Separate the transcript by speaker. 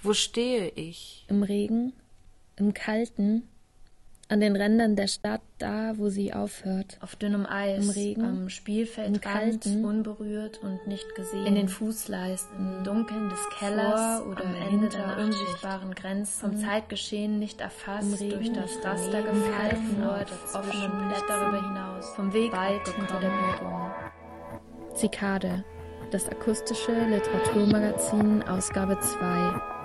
Speaker 1: Wo stehe ich?
Speaker 2: Im Regen, im Kalten, an den Rändern der Stadt, da, wo sie aufhört.
Speaker 3: Auf dünnem Eis,
Speaker 2: Im Regen,
Speaker 3: am
Speaker 2: im
Speaker 3: Spielfeld
Speaker 2: Kalten,
Speaker 3: unberührt und nicht gesehen,
Speaker 2: in den
Speaker 3: Fußleisten, im Dunkeln des Kellers
Speaker 2: vor
Speaker 3: oder
Speaker 2: oder
Speaker 3: am
Speaker 2: am
Speaker 3: Ende
Speaker 2: Ende der
Speaker 3: der
Speaker 2: Nachtschicht.
Speaker 3: unsichtbaren Grenzen, vom Zeitgeschehen nicht
Speaker 2: Im
Speaker 3: erfasst,
Speaker 2: Regen,
Speaker 3: durch das Raster
Speaker 2: daneben,
Speaker 3: gefallen
Speaker 2: Kalten,
Speaker 3: wird,
Speaker 2: auf
Speaker 3: auf offenen
Speaker 2: offenen
Speaker 3: Blättern darüber hinaus, vom Weg weit hinter der Biegung.
Speaker 2: Zikade, das akustische Literaturmagazin, Ausgabe 2.